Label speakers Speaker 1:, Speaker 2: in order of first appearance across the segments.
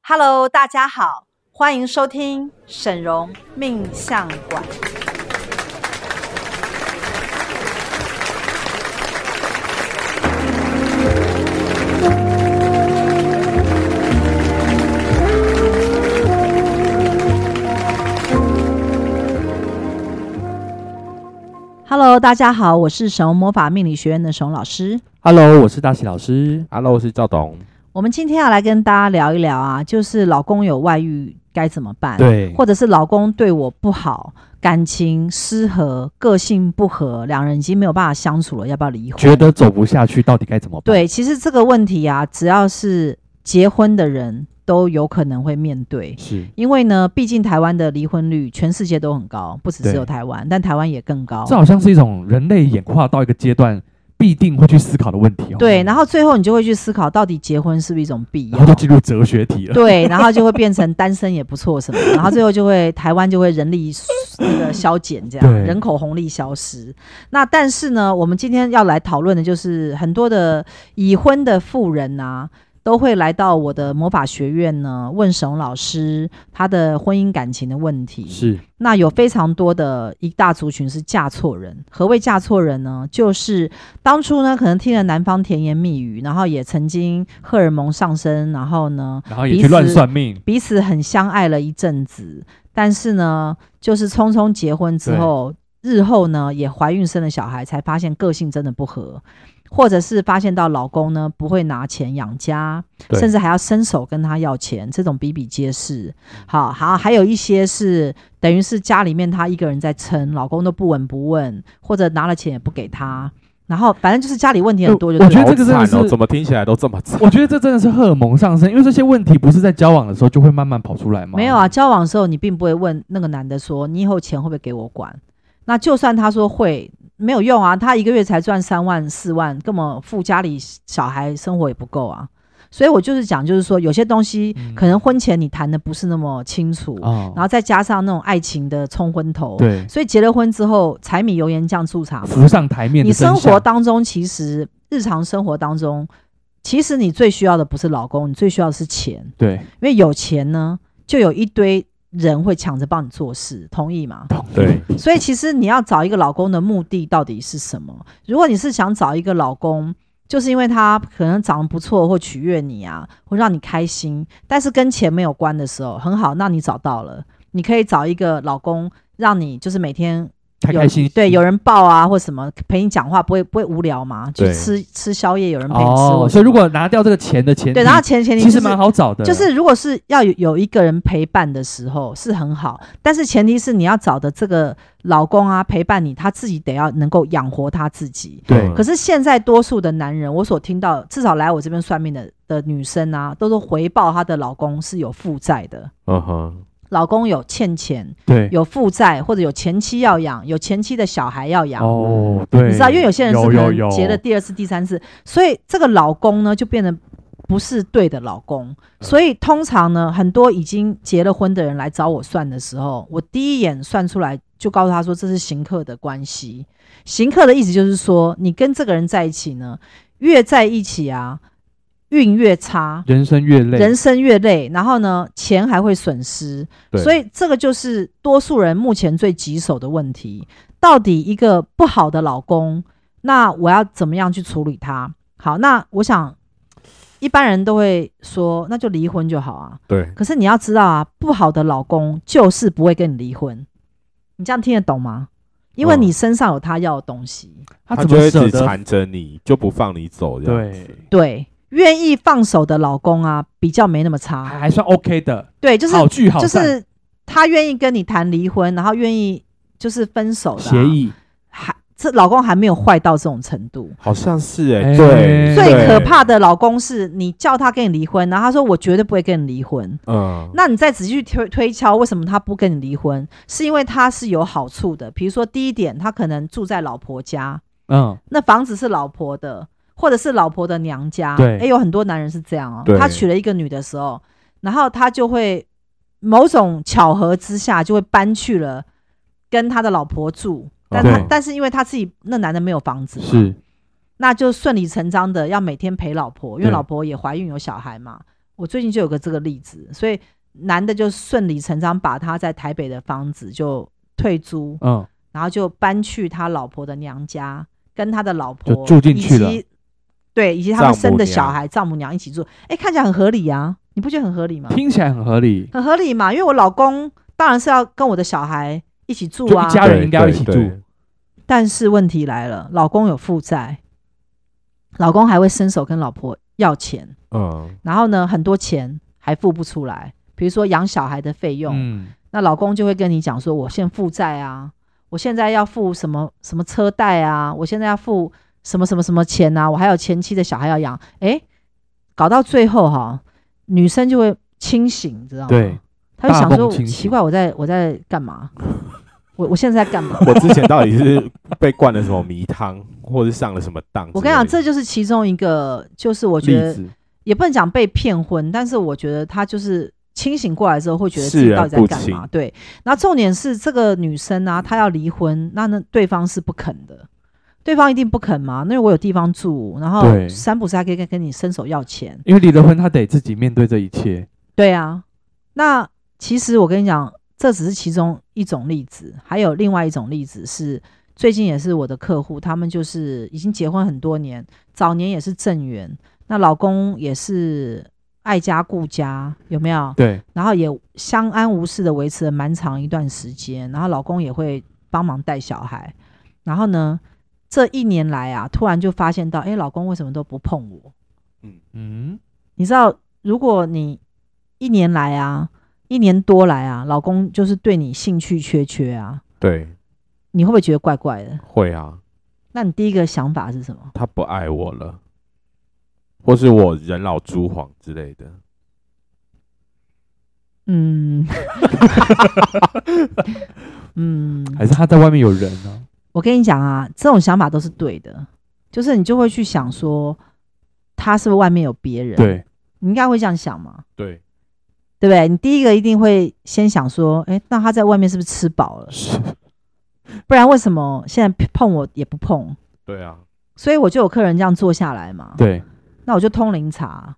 Speaker 1: Hello，大家好，欢迎收听沈荣命相馆。Hello，大家好，我是沈荣魔法命理学院的沈荣老师。
Speaker 2: Hello，我是大喜老师。
Speaker 3: Hello，我是赵董。
Speaker 1: 我们今天要来跟大家聊一聊啊，就是老公有外遇该怎么办？，
Speaker 2: 对，
Speaker 1: 啊或者是老公对我不好，感情失和，个性不合，两人已经没有办法相处了，要不要离婚？
Speaker 2: 觉得走不下去，到底该怎么办？，
Speaker 1: 对，其实这个问题啊，只要是结婚的人都有可能会面对。
Speaker 2: 是，
Speaker 1: 因为呢，毕竟台湾的离婚率全世界都很高，不只只
Speaker 2: 对
Speaker 1: 有台湾，但台湾也更高
Speaker 2: 这。好像是一种人类演化到一个阶段必定会去思考的问题哦。
Speaker 1: 对，然后最后你就会去思考，到底结婚是不是一种必
Speaker 2: 然后就
Speaker 1: 要？
Speaker 2: 进入哲学题了。
Speaker 1: 对，然后就会变成单身也不错什么，然后最后就会台湾就会人力那个消减，这样
Speaker 2: 对
Speaker 1: 人口红利消失。那但是呢，我们今天要来讨论的就是很多的已婚的妇人啊。都会来到我的魔法学院呢，问沈荣老师他的婚姻感情的问题。
Speaker 2: 是，
Speaker 1: 那有非常多的一大族群是嫁错人。何谓嫁错人呢？就是当初呢，可能听了男方甜言蜜语，然后也曾经荷尔蒙上升，然后呢，
Speaker 2: 然后也
Speaker 1: 彼
Speaker 2: 去乱
Speaker 1: 此
Speaker 2: 算命。
Speaker 1: 彼此很相爱了一阵子，但是呢，就是匆匆结婚之后，日后呢也怀孕生了小孩，才发现个性真的不合。或者是发现到老公呢不会拿钱养家，
Speaker 2: 对
Speaker 1: 甚至还要伸手跟他要钱，这种比比皆是。好，好，还有一些是等于是家里面她一个人在撑，老公都不闻不问，或者拿了钱也不给她，然后反正就是家里问题很多就对
Speaker 2: 呃我
Speaker 1: 了，
Speaker 2: 觉得这个真的
Speaker 3: 好
Speaker 2: 是
Speaker 3: 惨哦哦，怎么听起来都这么惨？
Speaker 2: 我觉得这真的是荷尔蒙上升，因为这些问题不是在交往的时候就会慢慢跑出来吗？
Speaker 1: 没有啊，，交往的时候你并不会问那个男的说你以后钱会不会给我管。那就算他说会，没有用啊，他一个月才赚三万四万，根本付家里小孩生活也不够啊。所以我就是讲，就是说有些东西
Speaker 2: 嗯
Speaker 1: 可能婚前你谈的不是那么清楚，
Speaker 2: 哦，
Speaker 1: 然后再加上那种爱情的冲昏头，
Speaker 2: 对，
Speaker 1: 所以结了婚之后柴米油盐酱醋茶嘛，
Speaker 2: 浮上台面
Speaker 1: 啊
Speaker 2: 的
Speaker 1: 你
Speaker 2: 真相
Speaker 1: 生活当中其实日常生活当中，其实你最需要的不是老公，你最需要的是钱。
Speaker 2: 对，
Speaker 1: 因为有钱呢，就有一堆人会抢着帮你做事，同意吗？
Speaker 3: 对，
Speaker 1: 所以其实你要找一个老公的目的到底是什么？如果你是想找一个老公，就是因为他可能长得不错或取悦你啊，或让你开心，但是跟钱没有关的时候，很好，那你找到了，你可以找一个老公，让你就是每天
Speaker 2: 开
Speaker 1: 有
Speaker 2: 开心心
Speaker 1: 对，有人抱啊，或什么陪你讲话，不会不会无聊嘛？就是
Speaker 3: 对
Speaker 1: 吃吃宵夜，有人陪你吃或什么，
Speaker 2: 哦，所以如果拿掉这个钱的钱，
Speaker 1: 对，然后前前提
Speaker 2: 其实
Speaker 1: 就是
Speaker 2: 蛮好找的，
Speaker 1: 就是如果是要有有一个人陪伴的时候是很好，但是前提是你要找的这个老公啊陪伴你，他自己得要能够养活他自己。
Speaker 2: 对
Speaker 3: 嗯
Speaker 1: 可是现在多数的男人，我所听到至少来我这边算命的的女生啊，都是回报她的老公是有负债的，
Speaker 3: 嗯哼，
Speaker 1: 老公有欠钱、
Speaker 2: 对，
Speaker 1: 有负债，或者有前妻要养，有前妻的小孩要养。
Speaker 2: 哦，对，
Speaker 1: 你知道，因为有些人是可
Speaker 2: 有有
Speaker 1: 能
Speaker 2: 有
Speaker 1: 结了第二次、第三次，所以这个老公呢就变得不是对的老
Speaker 2: 嗯
Speaker 1: 公。所以通常呢，很多已经结了婚的人来找我算的时候，我第一眼算出来就告诉他说这是行客的关系。行客的意思就是说，你跟这个人在一起呢，越在一起啊，运越差。
Speaker 2: 人生越累，
Speaker 1: 人生越累，然后呢，钱还会损失，
Speaker 3: 对，
Speaker 1: 所以这个就是多数人目前最棘手的问题。到底一个不好的老公，那我要怎么样去处理他？好，那我想一般人都会说，那就离婚就好啊。
Speaker 3: 对，
Speaker 1: 可是你要知道啊，不好的老公就是不会跟你离婚。你这样听得懂吗？因为
Speaker 3: 嗯
Speaker 1: 你身上有他要的东西，
Speaker 2: 他
Speaker 3: 他
Speaker 2: 怎
Speaker 3: 就
Speaker 2: 么
Speaker 3: 会
Speaker 2: 舍
Speaker 3: 只
Speaker 2: 得？
Speaker 3: 缠着你，就不放你走，这样
Speaker 2: 对，
Speaker 1: 对，愿意放手的老公啊，比较没那么
Speaker 2: 还
Speaker 1: 差。
Speaker 2: 还算 OK 的，
Speaker 1: 对，就是
Speaker 2: 好聚好
Speaker 1: 就
Speaker 2: 散，
Speaker 1: 是他愿意跟你谈离婚，然后愿意就是分手的啊
Speaker 2: 协议
Speaker 1: 还这老公还没有坏到这种程度。
Speaker 3: 好像是哎
Speaker 2: 哎，
Speaker 3: 对，
Speaker 1: 最
Speaker 3: 对
Speaker 1: 可怕，的老公是你叫他跟你离婚，然后他说我绝对不会跟你离婚。
Speaker 3: 嗯，
Speaker 1: 那你再仔细去推推敲，为什么他不跟你离婚？是因为他是有好处的，比如说第一点，他可能住在老婆家，
Speaker 2: 嗯，
Speaker 1: 那房子是老婆的，或者是老婆的娘家。
Speaker 2: 对
Speaker 1: 诶有很多男人是这样哦、
Speaker 3: 对
Speaker 1: 他娶了一个女的时候，然后他就会某种巧合之下就会搬去了跟他的老婆住，但他
Speaker 2: 对
Speaker 1: 但是因为他自己那男的没有房子嘛，
Speaker 2: 是
Speaker 1: 那就顺理成章的要每天陪老婆，因为
Speaker 2: 对
Speaker 1: 老婆也怀孕有小孩嘛。我最近就有个这个例子，所以男的就顺理成章把他在台北的房子就退租，
Speaker 2: 嗯，
Speaker 1: 然后就搬去他老婆的娘家，跟他的老
Speaker 2: 就
Speaker 1: 婆
Speaker 2: 住进去了
Speaker 1: 以及对，以及他们生的小
Speaker 3: 丈母娘
Speaker 1: 孩丈母娘一起住，哎，看起来很合理啊，你不觉得很合理吗？
Speaker 2: 听起来很合理，
Speaker 1: 很合理嘛，因为我老公当然是要跟我的小孩一起住
Speaker 2: 就
Speaker 1: 啊
Speaker 2: 一，家人
Speaker 3: 对
Speaker 2: 应该要一起
Speaker 3: 对
Speaker 2: 住，
Speaker 3: 对
Speaker 1: 但是问题来了，老公有负债，老公还会伸手跟老婆要钱，
Speaker 3: 嗯，
Speaker 1: 然后呢，很多钱还付不出来，比如说养小孩的费用，
Speaker 2: 嗯，
Speaker 1: 那老公就会跟你讲说，我现在负债啊，我现在要付什么什么车贷啊，我现在要付什么什么什么钱啊，我还有前妻的小孩要养，诶，搞到最后哈，女生就会清醒，你知道吗？
Speaker 2: 对，
Speaker 1: 她就想
Speaker 2: 大
Speaker 1: 说，
Speaker 2: 梦清醒
Speaker 1: 奇怪，我在我在干嘛？我我现在在干嘛？
Speaker 3: 我之前到底是被灌了什么迷汤，或者上了什么当之类的？
Speaker 1: 我跟你讲，这就是其中一个，就是我觉
Speaker 2: 例
Speaker 1: 得
Speaker 2: 子，
Speaker 1: 也不能讲被骗婚，但是我觉得他就是清醒过来之后，会觉得
Speaker 3: 视
Speaker 1: 自己
Speaker 3: 而
Speaker 1: 到底在
Speaker 3: 不
Speaker 1: 干嘛
Speaker 3: 清。
Speaker 1: 对，然后重点是这个女生啊，她要离婚，那那对方是不肯的，对方一定不肯嘛，因为我有地方住，然后
Speaker 2: 对
Speaker 1: 三不是还可以跟跟你伸手要钱，
Speaker 2: 因为离了婚，他得自己面对这一切，
Speaker 1: 对啊。那其实我跟你讲，这只是其中一种例子，还有另外一种例子是。最近也是我的客户，他们就是已经结婚很多年，早年也是正缘，那老公也是爱家顾家，有没有？
Speaker 2: 对，
Speaker 1: 然后也相安无事的维持了蛮长一段时间，然后老公也会帮忙带小孩，然后呢，这一年来啊，突然就发现到，哎，老公为什么都不碰我？
Speaker 2: 嗯，
Speaker 1: 你知道，如果你一年来啊，一年多来啊，老公就是对你兴趣缺缺啊，
Speaker 3: 对
Speaker 1: 你会不会觉得怪怪的？
Speaker 3: 会啊，
Speaker 1: 那你第一个想法是什么？
Speaker 3: 他不爱我了，或是我人老珠黄之类的。
Speaker 1: 嗯， 嗯，
Speaker 2: 还是他在外面有人呢、
Speaker 1: 我跟你讲啊，这种想法都是对的，就是你就会去想说，他是不是外面有别人？，
Speaker 2: 对，
Speaker 1: 你应该会这样想嘛，
Speaker 3: 对，
Speaker 1: 对不对？你第一个一定会先想说，诶，那他在外面是不是吃饱了？
Speaker 2: 是，
Speaker 1: 不然为什么现在碰我也不碰？
Speaker 3: 对啊，
Speaker 1: 所以我就有客人这样坐下来嘛，
Speaker 2: 对，
Speaker 1: 那我就通灵查，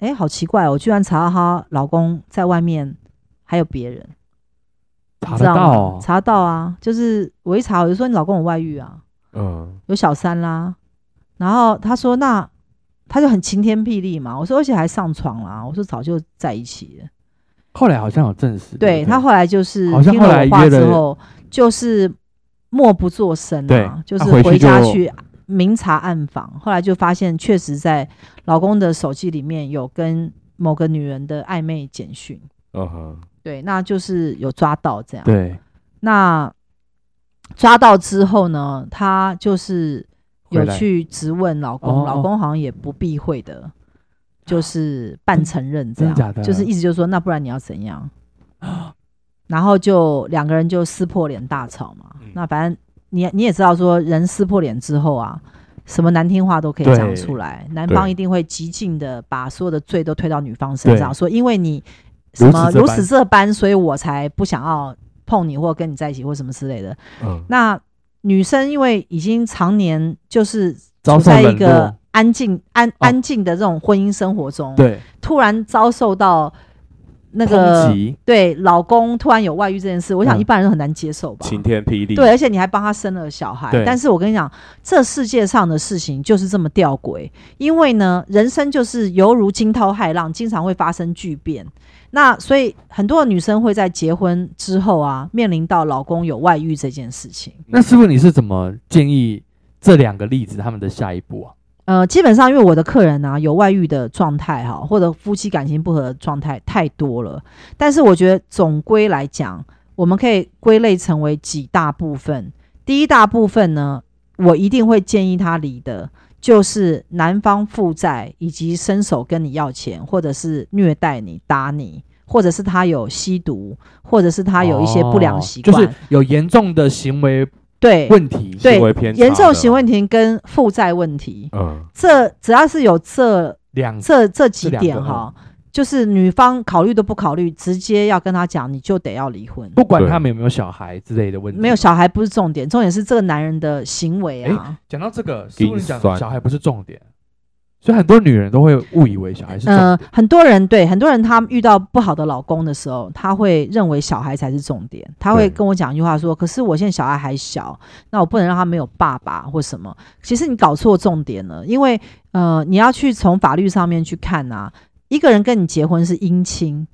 Speaker 1: 诶，好奇怪、哦，我居然查到她老公在外面还有别人，
Speaker 2: 查
Speaker 1: 知
Speaker 2: 得
Speaker 1: 道吗？
Speaker 2: 到哦，
Speaker 1: 查得到啊，就是我一查我就说你老公有外遇啊，
Speaker 3: 嗯，
Speaker 1: 有小三啦。然后他说那他就很晴天霹雳嘛，我说而且还上床啦，我说早就在一起了。
Speaker 2: 后来好像有证实，
Speaker 1: 对
Speaker 2: 不
Speaker 1: 他后来就是
Speaker 2: 好像
Speaker 1: 听了
Speaker 2: 后来
Speaker 1: 我话
Speaker 2: 约了
Speaker 1: 之后，就是默不作声
Speaker 2: 对
Speaker 1: 啊，就是
Speaker 2: 他回去
Speaker 1: 回家
Speaker 2: 就
Speaker 1: 去明察暗访，后来就发现确实在老公的手机里面有跟某个女人的暧昧简讯，
Speaker 3: 嗯哼，
Speaker 1: 对，那就是有抓到这样。
Speaker 2: 对，
Speaker 1: 那抓到之后呢，她就是有
Speaker 2: 回来
Speaker 1: 去质问老
Speaker 2: 哦
Speaker 1: 公，
Speaker 2: 哦
Speaker 1: 老公好像也不避讳的，就是半承认这
Speaker 2: 真
Speaker 1: 样，
Speaker 2: 假的
Speaker 1: 就是意思就是说，那不然你要怎样？ 然后就两个人就撕破脸大吵嘛。
Speaker 3: 嗯
Speaker 1: 那反正你你也知道，说人撕破脸之后啊，什么难听话都可以
Speaker 2: 对
Speaker 1: 讲出来，男
Speaker 3: 对
Speaker 1: 方一定会极尽的把所有的罪都推到女方身上，
Speaker 2: 对
Speaker 1: 说因为你什
Speaker 2: 如此
Speaker 1: 么
Speaker 2: 这
Speaker 1: 如
Speaker 2: 般
Speaker 1: 此这般，所以我才不想要碰你或跟你在一起或什么之类的。
Speaker 3: 嗯，
Speaker 1: 那女生因为已经常年就是
Speaker 2: 遭
Speaker 1: 处
Speaker 2: 受
Speaker 1: 在一
Speaker 2: 冷
Speaker 1: 个
Speaker 2: 落，哦
Speaker 1: 安静安、安静的这种婚姻生活中，
Speaker 2: 对，
Speaker 1: 突然遭受到那
Speaker 2: 抨
Speaker 1: 个
Speaker 2: 击
Speaker 1: 对老公突然有外遇这件事，我想
Speaker 2: 嗯
Speaker 1: 一般人都很难接受吧。
Speaker 3: 晴天霹雳。
Speaker 1: 对，而且你还帮他生了小孩
Speaker 2: 对。
Speaker 1: 但是我跟你讲，这世界上的事情就是这么吊诡，因为呢，人生就是犹如惊涛骇浪，经常会发生巨变。那所以很多的女生会在结婚之后啊，面临到老公有外遇这件事情。
Speaker 2: 那师傅你是怎么建议这两个例子他们的下一步啊？
Speaker 1: 呃，基本上因为我的客人啊有外遇的状态哈，或者夫妻感情不和的状态太多了，但是我觉得总归来讲，我们可以归类成为几大部分。第一大部分呢，我一定会建议他离的，就是男方负债以及伸手跟你要钱，或者是虐待你、打你，或者是他有吸毒，或者是他有一些不良
Speaker 2: 哦
Speaker 1: 习惯，
Speaker 2: 就是有严重的行为
Speaker 1: 对
Speaker 2: 问题，
Speaker 1: 对
Speaker 3: 行为偏差
Speaker 1: 严重
Speaker 3: 的
Speaker 1: 行为，问题跟负债问题。
Speaker 3: 嗯，
Speaker 1: 这只要是有这
Speaker 2: 两
Speaker 1: 这这几
Speaker 2: 嗯这两
Speaker 1: 点
Speaker 2: 个嗯
Speaker 1: 哈，就是女方考虑都不考虑，直接要跟他讲，你就得要离婚。
Speaker 2: 不管
Speaker 3: 对
Speaker 2: 他们有没有小孩之类的问题，
Speaker 1: 没有小孩不是重点，重点是这个男人的行为啊。
Speaker 2: 讲到这个，师傅你
Speaker 3: 心
Speaker 2: 讲
Speaker 3: 酸
Speaker 2: 小孩不是重点，所以很多女人都会误以为小孩是重点。
Speaker 1: 呃，很多人对很多人，他遇到不好的老公的时候，他会认为小孩才是重点。他会
Speaker 2: 对
Speaker 1: 跟我讲一句话说：“可是我现在小孩还小，那我不能让他没有爸爸或什么。”其实你搞错重点了，因为呃，你要去从法律上面去看啊，一个人跟你结婚是姻亲，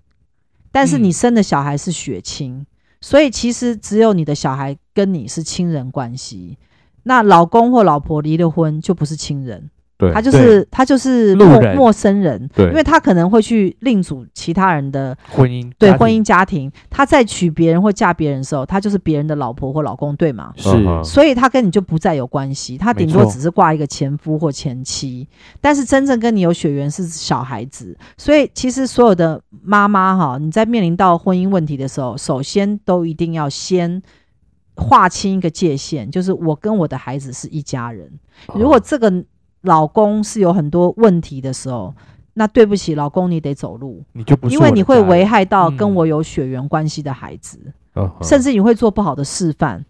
Speaker 1: 但是
Speaker 2: 嗯
Speaker 1: 你生的小孩是血亲，所以其实只有你的小孩跟你是亲人关系。那老公或老婆离了婚就不是亲人，
Speaker 3: 对
Speaker 1: 他就是他就是
Speaker 2: 路
Speaker 1: 陌
Speaker 2: 人
Speaker 1: 陌生人，
Speaker 3: 对
Speaker 1: 因为他可能会去另组其他人的
Speaker 2: 婚姻
Speaker 1: 对
Speaker 2: 家庭
Speaker 1: 婚姻家庭，他在娶别人或嫁别人的时候，他就是别人的老婆或老公，对吗？
Speaker 2: 是、
Speaker 3: 嗯哼
Speaker 1: 所以他跟你就不再有关系，他顶多
Speaker 2: 没错
Speaker 1: 只是挂一个前夫或前妻，但是真正跟你有血缘是小孩子。所以其实所有的妈妈哈，你在面临到婚姻问题的时候，首先都一定要先划清一个界限，就是我跟我的孩子是一家人。
Speaker 3: 嗯
Speaker 2: 哦
Speaker 1: 如果这个老公是有很多问题的时候，那对不起，老公你得走路，
Speaker 2: 你就不是
Speaker 1: 因为你会危
Speaker 2: 害，
Speaker 1: 害到跟
Speaker 2: 嗯哦
Speaker 1: 我有血缘关系的孩子，
Speaker 3: 嗯哼
Speaker 1: 甚至你会做不好的示范。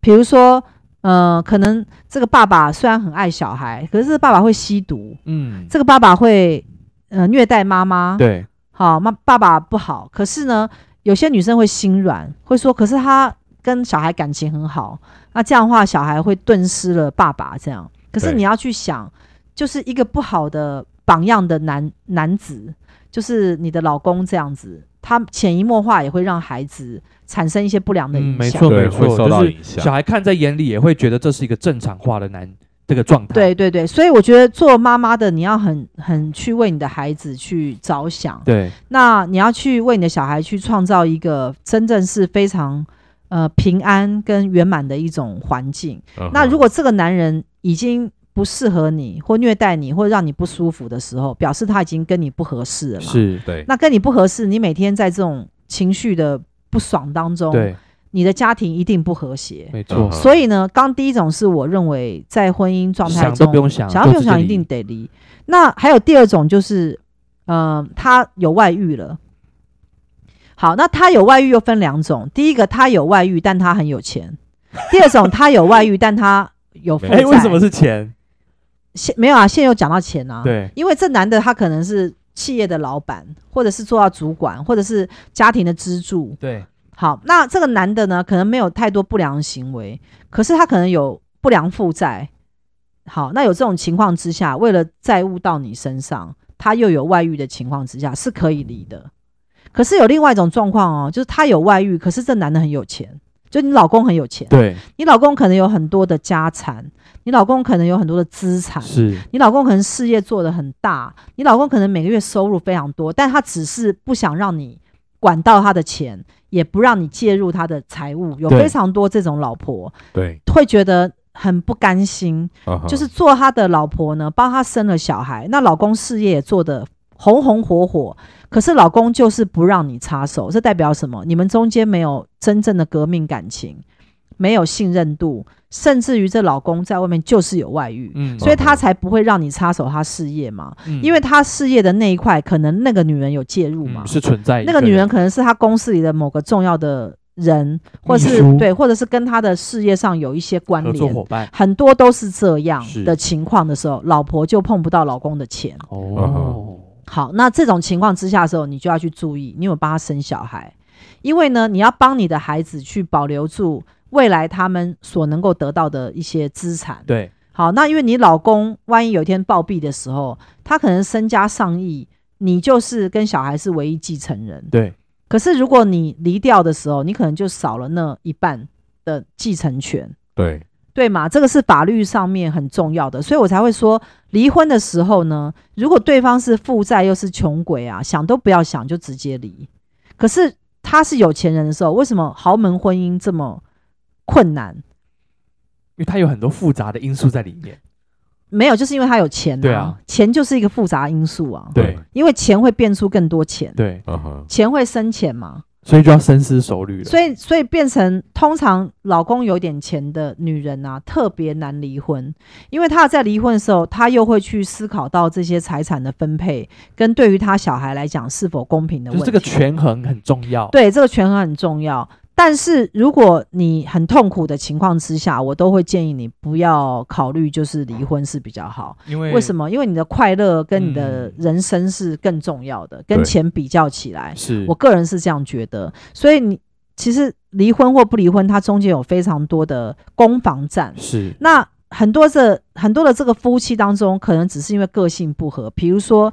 Speaker 1: 比如说，呃，可能这个爸爸虽然很爱小孩，可是这个爸爸会吸毒，
Speaker 2: 嗯，
Speaker 1: 这个爸爸会呃虐待妈妈，
Speaker 2: 对，
Speaker 1: 好妈爸爸不好。可是呢，有些女生会心软，会说，可是他跟小孩感情很好，那这样的话，小孩会顿失了爸爸这样。可是
Speaker 3: 对
Speaker 1: 你要去想，就是一个不好的榜样的男男子，就是你的老公这样子，他潜移默化也会让孩子产生一些不良的
Speaker 2: 嗯，
Speaker 1: 影
Speaker 2: 没
Speaker 1: 响。
Speaker 2: 错
Speaker 3: 对
Speaker 2: 没
Speaker 3: 会
Speaker 2: 错，
Speaker 3: 受
Speaker 2: 就
Speaker 3: 到
Speaker 2: 是
Speaker 3: 影响
Speaker 2: 小孩看在眼里，也会觉得这是一个正常化的男这个状态。
Speaker 1: 对对对，所以我觉得做妈妈的，你要很很去为你的孩子去着想，
Speaker 2: 对，
Speaker 1: 那你要去为你的小孩去创造一个真正是非常呃平安跟圆满的一种环境。
Speaker 3: 嗯哼
Speaker 1: 那如果这个男人已经不适合你，或虐待你，或让你不舒服的时候，表示他已经跟你不合适了嘛？。
Speaker 2: 是，
Speaker 3: 对
Speaker 1: 那跟你不合适，你每天在这种情绪的不爽当中，
Speaker 2: 对，
Speaker 1: 你的家庭一定不和谐。
Speaker 2: 没错
Speaker 3: 嗯，
Speaker 1: 所以呢，刚第一种是我认为在婚姻状态
Speaker 2: 想
Speaker 1: 中
Speaker 2: 都不用想，
Speaker 1: 想要不
Speaker 2: 就
Speaker 1: 用
Speaker 2: 直接
Speaker 1: 想，
Speaker 2: 离
Speaker 1: 一定得离。那还有第二种就是，呃，他有外遇了。好，那他有外遇又分两种，第一个他有外遇，但他很有钱；第二种他有外遇，但他有负债。
Speaker 2: 哎，为什么是钱？
Speaker 1: 现没有啊？现在又讲到钱啊，，
Speaker 2: 对，
Speaker 1: 因为这男的他可能是企业的老板，或者是做到主管，或者是家庭的支柱。
Speaker 2: 对，
Speaker 1: 好，那这个男的呢，可能没有太多不良行为，可是他可能有不良负债。好，那有这种情况之下，为了债务到你身上，他又有外遇的情况之下，是可以离的。可是有另外一种状况哦，就是他有外遇，可是这男的很有钱，就你老公很有钱，
Speaker 2: 对，
Speaker 1: 你老公可能有很多的家产，你老公可能有很多的资产，
Speaker 2: 是，
Speaker 1: 你老公可能事业做得很大，你老公可能每个月收入非常多，但他只是不想让你管到他的钱，也不让你介入他的财务。有
Speaker 2: 对
Speaker 1: 非常多这种老婆
Speaker 3: 对，
Speaker 1: 会觉得很不甘心，
Speaker 3: 嗯哼
Speaker 1: 就是做他的老婆呢，帮他生了小孩，那老公事业也做得红红火火，可是老公就是不让你插手，这代表什么？你们中间没有真正的革命感情，没有信任度，甚至于这老公在外面就是有外遇。
Speaker 2: 嗯，
Speaker 1: 所以他才不会让你插手他事业嘛，
Speaker 2: 嗯
Speaker 1: 因为他事业的那一块，可能那个女人有介入嘛
Speaker 2: 嗯，是存在一
Speaker 1: 那个女人
Speaker 2: 人，
Speaker 1: 可能是他公司里的某个重要的人，或
Speaker 2: 秘
Speaker 1: 是
Speaker 2: 书
Speaker 1: 对，或者是跟他的事业上有一些关
Speaker 2: 合作
Speaker 1: 联
Speaker 2: 伙，伴
Speaker 1: 很多都是这样
Speaker 2: 是
Speaker 1: 的情况的时候，老婆就碰不到老公的钱。
Speaker 2: 哦，
Speaker 1: 好，那这种情况之下的时候，你就要去注意，你有没有帮他生小孩，因为呢，你要帮你的孩子去保留住未来他们所能够得到的一些资产。
Speaker 2: 对，
Speaker 1: 好，那因为你老公万一有一天暴毙的时候，他可能身家上亿，你就是跟小孩是唯一继承人。
Speaker 2: 对，
Speaker 1: 可是如果你离掉的时候，你可能就少了那一半的继承权，
Speaker 3: 对
Speaker 1: 对吗？这个是法律上面很重要的，所以我才会说，离婚的时候呢，如果对方是负债又是穷鬼啊，想都不要想就直接离。可是他是有钱人的时候，为什么豪门婚姻这么困难？
Speaker 2: 因为它有很多复杂的因素在里面，
Speaker 1: 没有，就是因为他有钱、
Speaker 2: 对啊
Speaker 1: 钱就是一个复杂因素啊。
Speaker 2: 对
Speaker 1: 因为钱会变出更多钱，
Speaker 2: 对，
Speaker 3: 嗯哼
Speaker 1: 钱会生钱嘛，
Speaker 2: 所以就要深思熟虑了，
Speaker 1: 所以所以变成通常老公有点钱的女人啊，特别难离婚，因为她在离婚的时候，她又会去思考到这些财产的分配跟对于她小孩来讲是否公平的
Speaker 2: 就
Speaker 1: 问题。
Speaker 2: 是这个权衡很重要，
Speaker 1: 对这个权衡很重要。但是如果你很痛苦的情况之下，我都会建议你不要考虑就是离婚是比较好。
Speaker 2: 因为
Speaker 1: 为什么？因为你的快乐跟你的
Speaker 2: 嗯
Speaker 1: 人生是更重要的，跟
Speaker 3: 对
Speaker 1: 钱比较起来，
Speaker 2: 是
Speaker 1: 我个人是这样觉得。所以你其实离婚或不离婚，它中间有非常多的攻防战。
Speaker 2: 是
Speaker 1: 那很多这很多的这个夫妻当中，可能只是因为个性不合，比如说，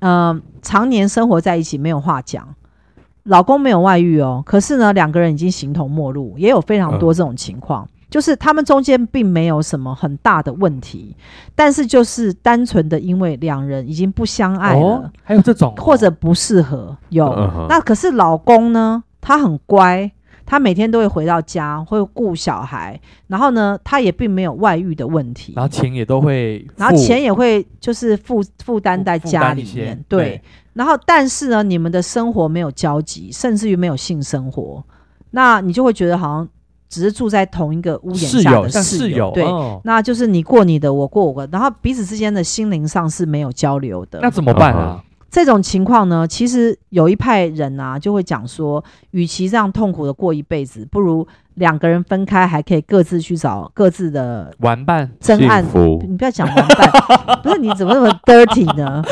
Speaker 1: 呃，常年生活在一起没有话讲，老公没有外遇哦，可是呢，两个人已经形同陌路，也有非常多这种情况。就是他们中间并没有什么很大的问题，但是就是单纯的因为两人已经不相爱了，
Speaker 2: 哦，还有这种哦
Speaker 1: 或者不适合有。
Speaker 3: 嗯哼
Speaker 1: 哦那可是老公呢，他很乖，他每天都会回到家，会顾小孩，然后呢，他也并没有外遇的问题，
Speaker 2: 然后钱也都会付，
Speaker 1: 然后钱也会就是负负担在
Speaker 2: 负
Speaker 1: 家
Speaker 2: 担
Speaker 1: 里
Speaker 2: 一些
Speaker 1: 面，对。然后但是呢，你们的生活没有交集，甚至于没有性生活，那你就会觉得好像只是住在同一个屋檐
Speaker 2: 室
Speaker 1: 下
Speaker 2: 友
Speaker 1: 的
Speaker 2: 像室友
Speaker 1: 对。
Speaker 2: 哦
Speaker 1: 那就是你过你的，我过我的，然后彼此之间的心灵上是没有交流的。
Speaker 2: 那怎么办啊？
Speaker 1: 这种情况呢，其实有一派人啊，就会讲说，与其这样痛苦的过一辈子，不如两个人分开，还可以各自去找各自的
Speaker 2: 玩伴
Speaker 1: 真爱
Speaker 3: 幸。福
Speaker 1: 你不要讲玩伴，不是 你怎么那么 dirty 呢？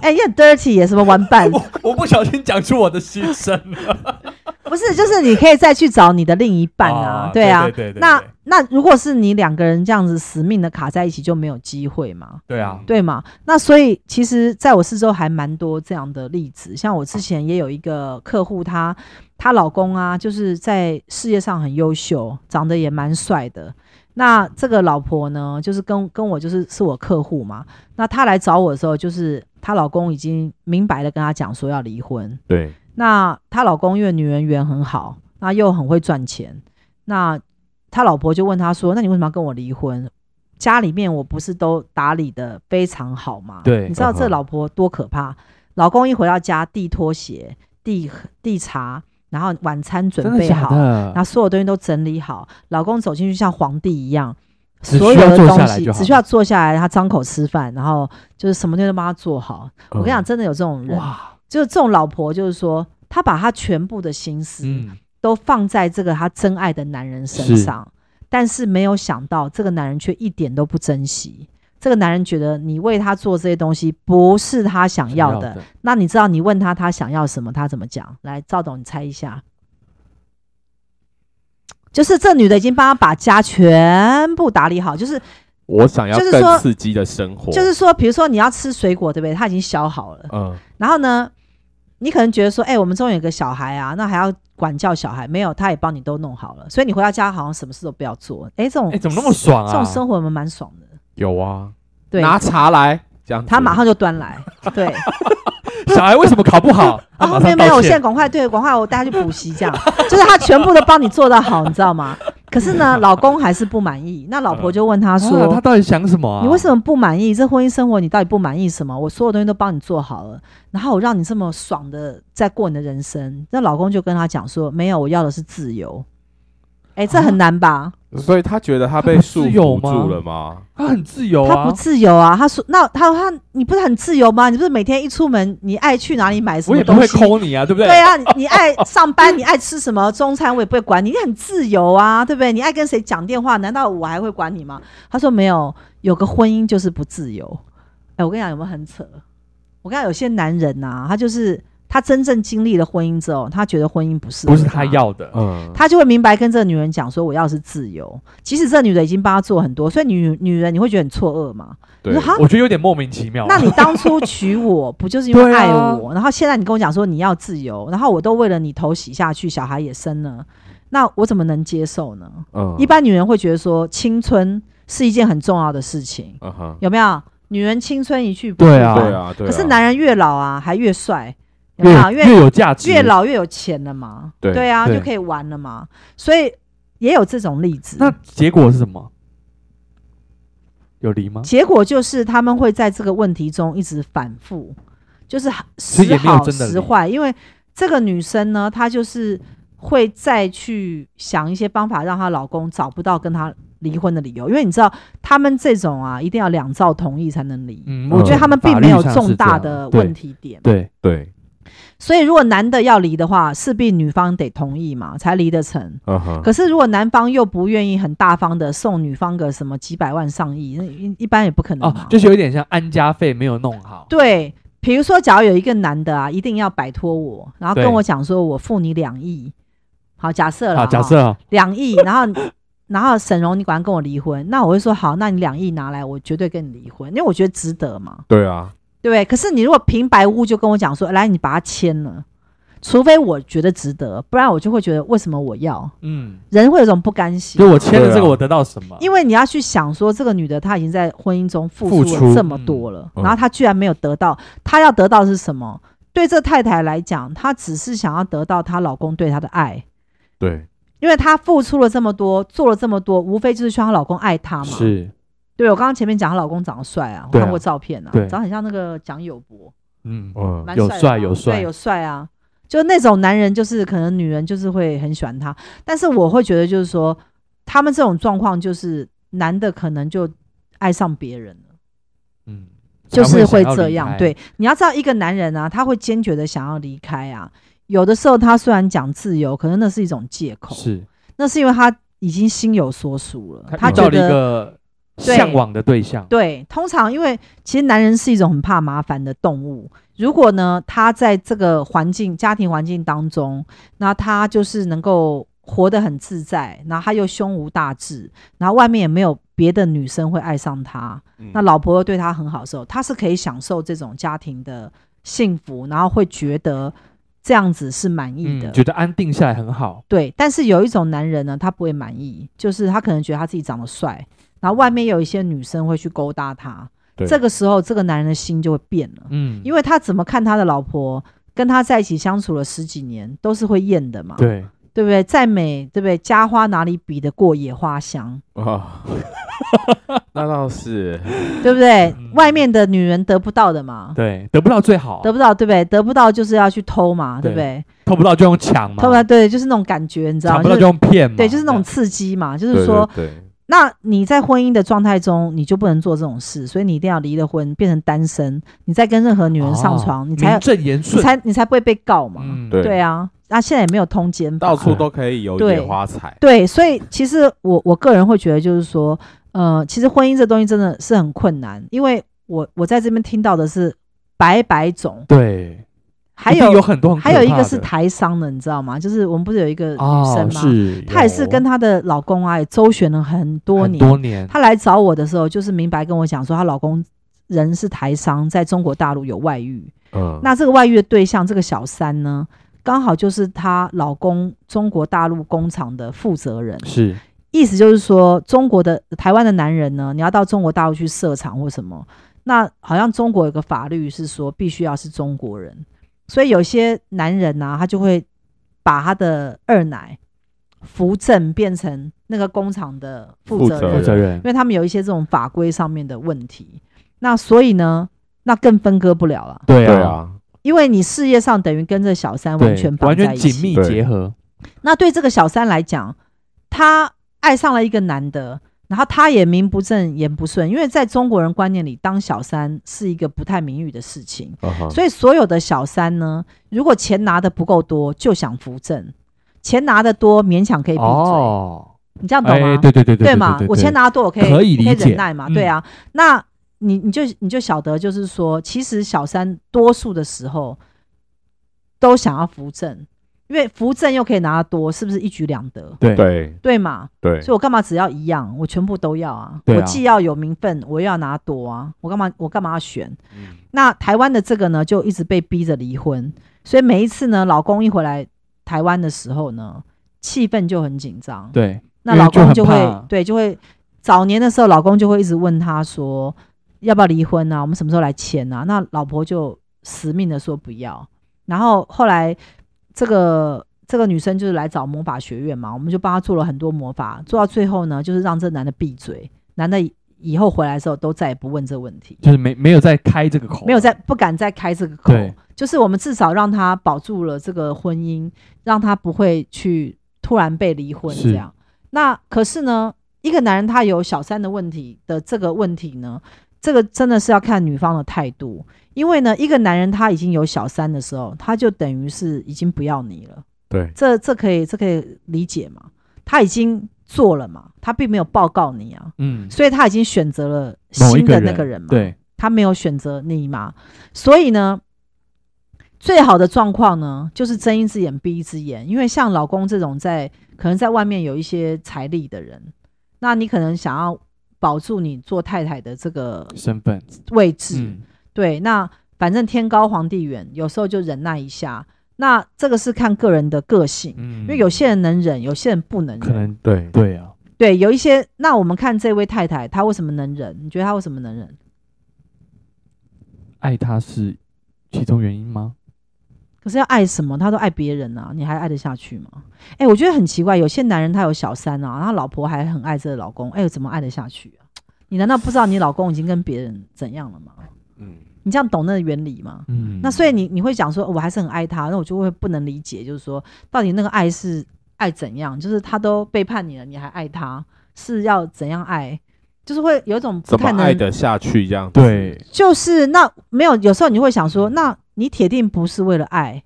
Speaker 1: 哎、你很 dirty 也什么玩 伴？
Speaker 2: 我不小心讲出我的心声 了。
Speaker 1: 不是，就是你可以再去找你的另一半啊，
Speaker 2: 哦
Speaker 1: 对啊。
Speaker 2: 对对对对
Speaker 1: 那那如果是你两个人这样子死命的卡在一起，就没有机会嘛。
Speaker 2: 对啊，
Speaker 1: 对嘛？那所以其实在我四周还蛮多这样的例子，像我之前也有一个客户她，她老公啊，就是在事业上很优秀，长得也蛮帅的。那这个老婆呢，就是跟跟我就是是我客户嘛。那她来找我的时候，就是她老公已经明白的跟她讲说要离婚。
Speaker 3: 对，
Speaker 1: 那她老公因为女人缘很好，那又很会赚钱，那他老婆就问他说：“那你为什么要跟我离婚？家里面我不是都打理的非常好吗？”
Speaker 2: 对
Speaker 1: 你知道
Speaker 3: 嗯
Speaker 1: 这
Speaker 3: 哼
Speaker 1: 老婆多可怕？老公一回到家，递拖鞋、递递茶，然后晚餐准
Speaker 2: 真的
Speaker 1: 备
Speaker 2: 假
Speaker 1: 好，
Speaker 2: 的
Speaker 1: 然？后所有东西都整理好，老公走进去像皇帝一样，
Speaker 2: 只
Speaker 1: 所有
Speaker 2: 需要
Speaker 1: 的
Speaker 2: 坐
Speaker 1: 东
Speaker 2: 下来
Speaker 1: 西
Speaker 2: 就
Speaker 1: 只
Speaker 2: 好
Speaker 1: 需要坐下来，他张口吃饭，然后就是什么东西都帮他做好。我跟你
Speaker 3: 嗯
Speaker 1: 讲，真的有这种人，
Speaker 2: 哇，
Speaker 1: 就是这种老婆，就是说她把她全部的心思
Speaker 2: 嗯，
Speaker 1: 都放在这个她真爱的男人身上，但是没有想到这个男人却一点都不珍惜。这个男人觉得你为他做这些东西不是他
Speaker 2: 嗯
Speaker 1: 想要的，那你知道你问他他想要什么，他怎么讲？来，赵董，你猜一下。就是这女的已经帮他把家全部打理好，就是
Speaker 3: 我想要
Speaker 1: 就是说
Speaker 3: 更刺激的生活，
Speaker 1: 就是说，比如说你要吃水果，对不对？他已经削好了，
Speaker 3: 嗯，
Speaker 1: 然后呢，你可能觉得说，哎、我们终于有个小孩啊，那还要管教小孩？没有，他也帮你都弄好了，所以你回到家好像什么事都不要做。哎、这种
Speaker 2: 哎，怎么那么爽啊？
Speaker 1: 这种生活我们蛮爽的。
Speaker 3: 有啊，
Speaker 1: 对，
Speaker 3: 拿茶来，这样子
Speaker 1: 他马上就端 来，对，
Speaker 2: 小孩为什么考不好？
Speaker 1: 啊，后面没有，我现在赶快对，赶快我带他去补习，这样就是他全部都帮你做到好，你知道吗？可是 呢，老公还是不满意，那老婆就问他
Speaker 2: 他
Speaker 1: 说：“
Speaker 2: 他到底想什么啊？
Speaker 1: 你为什么不满意？这婚姻生活你到底不满意什么？我所有东西都帮你做好了，然后我让你这么爽的在过你的人生。那老公就跟她讲说，没有，我要的是自由。哎、
Speaker 2: 啊
Speaker 1: 这很难吧？
Speaker 3: 所以他觉得他被束
Speaker 2: 自由
Speaker 3: 缚
Speaker 2: 吗
Speaker 3: 住了吗？
Speaker 2: 他很自由
Speaker 1: 他
Speaker 2: 啊
Speaker 1: 不？自由啊！他说，那他他你不是很自由吗？你不是每天一出门，你爱去哪里买什
Speaker 2: 我
Speaker 1: 么
Speaker 2: 也不会
Speaker 1: 东西？
Speaker 2: 抠你啊，对不
Speaker 1: 对？啊，你你爱上班，你爱吃什么中餐，我也不会管你，你很自由啊，对不对？你爱跟谁讲电话，难道我还会管你吗？他说没有，有个婚姻就是不自由。哎，我跟你讲，有没有很扯？我跟你讲，有些男人呐、他就是他真正经历了婚姻之后，他觉得婚姻不是
Speaker 2: 不是他。要的，
Speaker 1: 啊
Speaker 3: 嗯，
Speaker 1: 他就会明白跟这个女人讲说，我要的是自由。其实这女的已经帮他做很多，所以女女人你会觉得很错愕嘛？你
Speaker 3: 对
Speaker 1: 说，哈，
Speaker 2: 我觉得有点莫名其妙。啊
Speaker 1: 那你当初娶我不就是因为
Speaker 2: 哦对啊
Speaker 1: 爱我？然后现在你跟我讲说你要自由，然后我都为了你头洗下去，小孩也生了，那我怎么能接受呢？
Speaker 3: 嗯
Speaker 1: 一，般女人会觉得说青春是一件很重要的事情，
Speaker 3: 嗯哼，
Speaker 1: 有没有？女人青春一去不
Speaker 2: 对
Speaker 1: 复
Speaker 2: 啊
Speaker 1: 返
Speaker 3: 对啊，对
Speaker 1: 可
Speaker 3: 啊，
Speaker 1: 是男人越老啊还越帅，有没有？
Speaker 2: 越越
Speaker 1: 越
Speaker 2: 有价值，
Speaker 1: 越老越有钱了嘛，
Speaker 3: 对
Speaker 1: 啊，
Speaker 2: 对
Speaker 1: 就可以玩了嘛，所以也有这种例子。
Speaker 2: 那结果是什么？有离吗？
Speaker 1: 结果就是他们会在这个问题中一直反复，就是
Speaker 2: 所以
Speaker 1: 时
Speaker 2: 也没有
Speaker 1: 好
Speaker 2: 真的
Speaker 1: 时
Speaker 2: 理
Speaker 1: 坏。因为这个女生呢，她就是会再去想一些方法，让她老公找不到跟她离婚的理由。因为你知道，他们这种啊，一定要两造同意才能离。
Speaker 2: 嗯
Speaker 1: 我觉得他们并没有
Speaker 2: 法律上是
Speaker 1: 重大
Speaker 2: 这
Speaker 1: 的
Speaker 2: 样
Speaker 1: 问题点。
Speaker 2: 对
Speaker 3: 对，
Speaker 1: 所以如果男的要离的话，势必女方得同意嘛，才离得成。
Speaker 3: 嗯哼，
Speaker 1: 可是如果男方又不愿意很大方的送女方个什么几百万上亿，那一一般也不可能嘛。
Speaker 2: 哦，就是有点像安家费没有弄好，
Speaker 1: 对，比如说，假如有一个男的啊，一定要摆脱我，然后跟
Speaker 2: 对
Speaker 1: 我讲说，我付你两亿。好，假设了
Speaker 2: 好，
Speaker 1: 哈，
Speaker 2: 假设啊
Speaker 1: 两亿，然后 然后沈荣，你果然跟我离婚，那我会说好，那你两亿拿来，我绝对跟你离婚，因为我觉得值得嘛，
Speaker 3: 对啊，
Speaker 1: 对不对？可是你如果平白无故就跟我讲说，来，你把它签了，除非我觉得值得，不然我就会觉得为什么我要？
Speaker 2: 嗯，
Speaker 1: 人会有种不甘心
Speaker 2: 就。我签了这
Speaker 3: 对
Speaker 2: 个，
Speaker 3: 啊
Speaker 2: 我得到什么？
Speaker 1: 因为你要去想说，这个女的她已经在婚姻中付
Speaker 3: 付
Speaker 1: 出了
Speaker 3: 出
Speaker 1: 这么多了，
Speaker 3: 嗯
Speaker 1: 然后她居然没有得到，她要得到的是什么？对这太太来讲，她只是想要得到她老公对她的爱，
Speaker 3: 对，
Speaker 1: 因为她付出了这么多，做了这么多，无非就是希望她老公爱她嘛。
Speaker 2: 是，
Speaker 1: 对我刚刚前面讲，她老公长得帅啊，我
Speaker 2: 对啊
Speaker 1: 看过照片啊，
Speaker 2: 对
Speaker 1: 长得很像那个蒋友柏，
Speaker 2: 嗯，
Speaker 3: 嗯，
Speaker 1: 蛮
Speaker 2: 有
Speaker 1: 的
Speaker 2: 帅
Speaker 1: 啊
Speaker 2: 有帅
Speaker 1: 对，有帅啊。就那种男人，就是可能女人就是会很喜欢他，但是我会觉得就是说，他们这种状况就是男的可能就爱上别人了。
Speaker 2: 嗯，
Speaker 1: 就是
Speaker 2: 才
Speaker 1: 会
Speaker 2: 想要
Speaker 1: 这
Speaker 2: 离
Speaker 1: 样。
Speaker 2: 开，
Speaker 1: 对，你要知道一个男人啊，他会坚决的想要离开啊。有的时候他虽然讲自由，可能那是一种借口，
Speaker 2: 是
Speaker 1: 那是因为他已经心有所属了，
Speaker 2: 他
Speaker 1: 他
Speaker 2: 遇到
Speaker 1: 觉
Speaker 2: 了
Speaker 1: 得。
Speaker 2: 一个
Speaker 1: 对
Speaker 2: 向往的对象，
Speaker 1: 对，通常因为其实男人是一种很怕麻烦的动物。如果呢，他在这个环境、家庭环境当中，那他就是能够活得很自在，然后他又胸无大志，然后外面也没有别的女生会爱上他，
Speaker 3: 嗯
Speaker 1: 那老婆又对他很好的时候，他是可以享受这种家庭的幸福，然后会觉得这样子是满意的。
Speaker 2: 嗯，觉得安定下来很好，
Speaker 1: 对，但是有一种男人呢，他不会满意，就是他可能觉得他自己长得帅，然后外面有一些女生会去勾搭他，
Speaker 3: 对
Speaker 1: 这个时候这个男人的心就会变了，
Speaker 2: 嗯，
Speaker 1: 因
Speaker 2: 为
Speaker 1: 为他怎么看他的老婆，跟他在一起相处了十几年，都是会厌的嘛，
Speaker 2: 对，
Speaker 1: 对不对？再美，对不对？家花哪里比得过野花香？
Speaker 3: 啊， 那倒是，
Speaker 1: 对不对
Speaker 2: 嗯？
Speaker 1: 外面的女人得不到的嘛，
Speaker 2: 对，得不到最好，
Speaker 1: 得不到对不对？得不到就是要去偷嘛，对
Speaker 2: 对
Speaker 1: 不对？
Speaker 2: 偷不到就用抢嘛，
Speaker 1: 偷嘛，对，就是那种感觉，你知道吗？
Speaker 2: 抢不到
Speaker 1: 就
Speaker 2: 就用骗嘛，
Speaker 1: 对，就是那种
Speaker 2: 这样
Speaker 1: 刺激嘛，就
Speaker 3: 对
Speaker 1: 是说，
Speaker 3: 对对
Speaker 1: 那你在婚姻的状态中，你就不能做这种事，所以你一定要离了婚，变成单身，你再跟任何女人上
Speaker 2: 哦
Speaker 1: 床，你才
Speaker 2: 名正言顺
Speaker 1: 你，才你才不会被告嘛。
Speaker 2: 嗯，
Speaker 3: 对
Speaker 1: 对啊，那现在也没有通奸法
Speaker 3: 到处都可以有
Speaker 1: 对
Speaker 3: 野花采，
Speaker 1: 对，所以其实我我个人会觉得，就是说，呃，其实婚姻这东西真的是很困难，因为我我在这边听到的是百百种，
Speaker 2: 对，
Speaker 1: 还
Speaker 2: 一定
Speaker 1: 有
Speaker 2: 有很多很可
Speaker 1: 还有一个
Speaker 2: 怕
Speaker 1: 是
Speaker 2: 的
Speaker 1: 台商的，你知道吗？就是我们不是有一个女
Speaker 2: 哦
Speaker 1: 生，吗？
Speaker 2: 是，
Speaker 1: 她也是跟
Speaker 2: 有
Speaker 1: 她的老公啊，也周旋了很多
Speaker 2: 很
Speaker 1: 年。
Speaker 2: 多年，
Speaker 1: 她来找我的时候，就是明白跟我讲说，她老公人是台商，在中国大陆有外遇。
Speaker 3: 嗯，
Speaker 1: 那这个外遇的对象，这个小三呢，刚好就是她老公中国大陆工厂的负责人。
Speaker 2: 是
Speaker 1: 意思就是说，中国的台湾的男人呢，你要到中国大陆去设厂或什么，那好像中国有个法律是说必须要是中国人，所以有些男人呢、他就会把他的二奶扶正变成那个工厂的负责
Speaker 3: 负责
Speaker 1: 人，
Speaker 2: 负
Speaker 3: 人
Speaker 2: 责人
Speaker 1: 因，为他们有一些这种法规上面的问题，那所以呢，那更分割不了了，
Speaker 2: 对
Speaker 3: 对，啊，
Speaker 1: 因为你事业上等于跟这小三
Speaker 2: 对
Speaker 1: 完全绑
Speaker 2: 完
Speaker 1: 在
Speaker 2: 全
Speaker 1: 一起，
Speaker 2: 紧密
Speaker 3: 对
Speaker 2: 结合，
Speaker 1: 那对这个小三来讲，她爱上了一个男的，然后她也名不正言不顺，因为在中国人观念里，当小三是一个不太名誉的事情，
Speaker 3: 嗯哼
Speaker 1: 所以所有的小三呢，如果钱拿的不够多，就想扶正；钱拿的多，勉强可以闭嘴。
Speaker 2: 哦，
Speaker 1: 你这样懂吗？
Speaker 2: 哎，对对对对对
Speaker 1: 嘛
Speaker 2: 对，
Speaker 1: 我钱拿得多，我可以
Speaker 2: 可以理
Speaker 1: 我可以
Speaker 2: 解
Speaker 1: 忍耐嘛，
Speaker 2: 嗯
Speaker 1: 对啊。那你你就你就晓得，就是说，其实小三多数的时候都想要扶正，因为扶正又可以拿得多，是不是一举两得？
Speaker 2: 对
Speaker 3: 对
Speaker 1: 对嘛？
Speaker 3: 对
Speaker 1: 所以我干嘛只要一样？我全部都要啊！
Speaker 2: 对啊
Speaker 1: 我既要有名分，我又要拿得多啊！我干嘛我干嘛要选？
Speaker 3: 嗯
Speaker 1: 那台湾的这个呢，就一直被逼着离婚，所以每一次呢，老公一回来台湾的时候呢，气氛就很紧张。
Speaker 2: 对，
Speaker 1: 那
Speaker 2: 因为
Speaker 1: 老
Speaker 2: 就
Speaker 1: 公
Speaker 2: 很
Speaker 1: 就
Speaker 2: 怕
Speaker 1: 会对，就会早年的时候，老公就会一直问她说要不要离婚啊？我们什么时候来签啊？那老婆就死命的说不要。然后后来这个这个女生就是来找魔法学院嘛，我们就帮她做了很多魔法，做到最后呢，就是让这男的闭嘴，男的以后回来的时候都再也不问这问题，
Speaker 2: 就是没没有再开这个口，
Speaker 1: 没有再不敢再开这个口
Speaker 2: 对。
Speaker 1: 就是我们至少让他保住了这个婚姻，让他不会去突然被离婚
Speaker 2: 是
Speaker 1: 这样。那可是呢，一个男人他有小三的问题的这个问题呢，这个真的是要看女方的态度，因为呢，一个男人他已经有小三的时候，他就等于是已经不要你了。
Speaker 3: 对，
Speaker 1: 这这可以这可以理解嘛？他已经做了嘛，他并没有报告你啊，
Speaker 2: 嗯，
Speaker 1: 所以他已经选择了
Speaker 2: 某一
Speaker 1: 新的那个人嘛，
Speaker 2: 对，
Speaker 1: 他没有选择你嘛，所以呢。最好的状况呢，就是睁一只眼闭一只眼，因为像老公这种在可能在外面有一些财力的人，那你可能想要保住你做太太的这个
Speaker 2: 身份，
Speaker 1: 位置，
Speaker 2: 嗯，
Speaker 1: 对，那反正天高皇帝远，有时候就忍耐一下。那这个是看个人的个性，
Speaker 2: 因
Speaker 1: 因为有些人能忍，有些人不能
Speaker 2: 嗯可
Speaker 1: 忍。
Speaker 2: 能
Speaker 3: 对，
Speaker 2: 对啊，
Speaker 1: 对，有一些。那我们看这位太太，她为什么能忍？你觉得她为什么能忍？
Speaker 2: 爱他是其中原因吗？
Speaker 1: 可是要爱什么，她都爱别人啊，你还爱得下去吗？哎、我觉得很奇怪，有些男人他有小三啊，他老婆还很爱这个老公，哎、怎么爱得下去啊？你难道不知道你老公已经跟别人怎样了吗？
Speaker 3: 嗯，
Speaker 1: 你这样懂那个原理吗？
Speaker 2: 嗯，
Speaker 1: 那所以你你会讲说，哦我还是很爱他，那我就会不能理解，就是说到底那个爱是爱怎样？就是他都背叛你了，你还爱他，是要怎样爱？就是会有一种不
Speaker 3: 怎么
Speaker 1: 太
Speaker 3: 爱
Speaker 1: 能，
Speaker 3: 得下去这样？，
Speaker 2: 对，
Speaker 1: 就是那没有，有时候你会想说，那你铁定不是为了爱，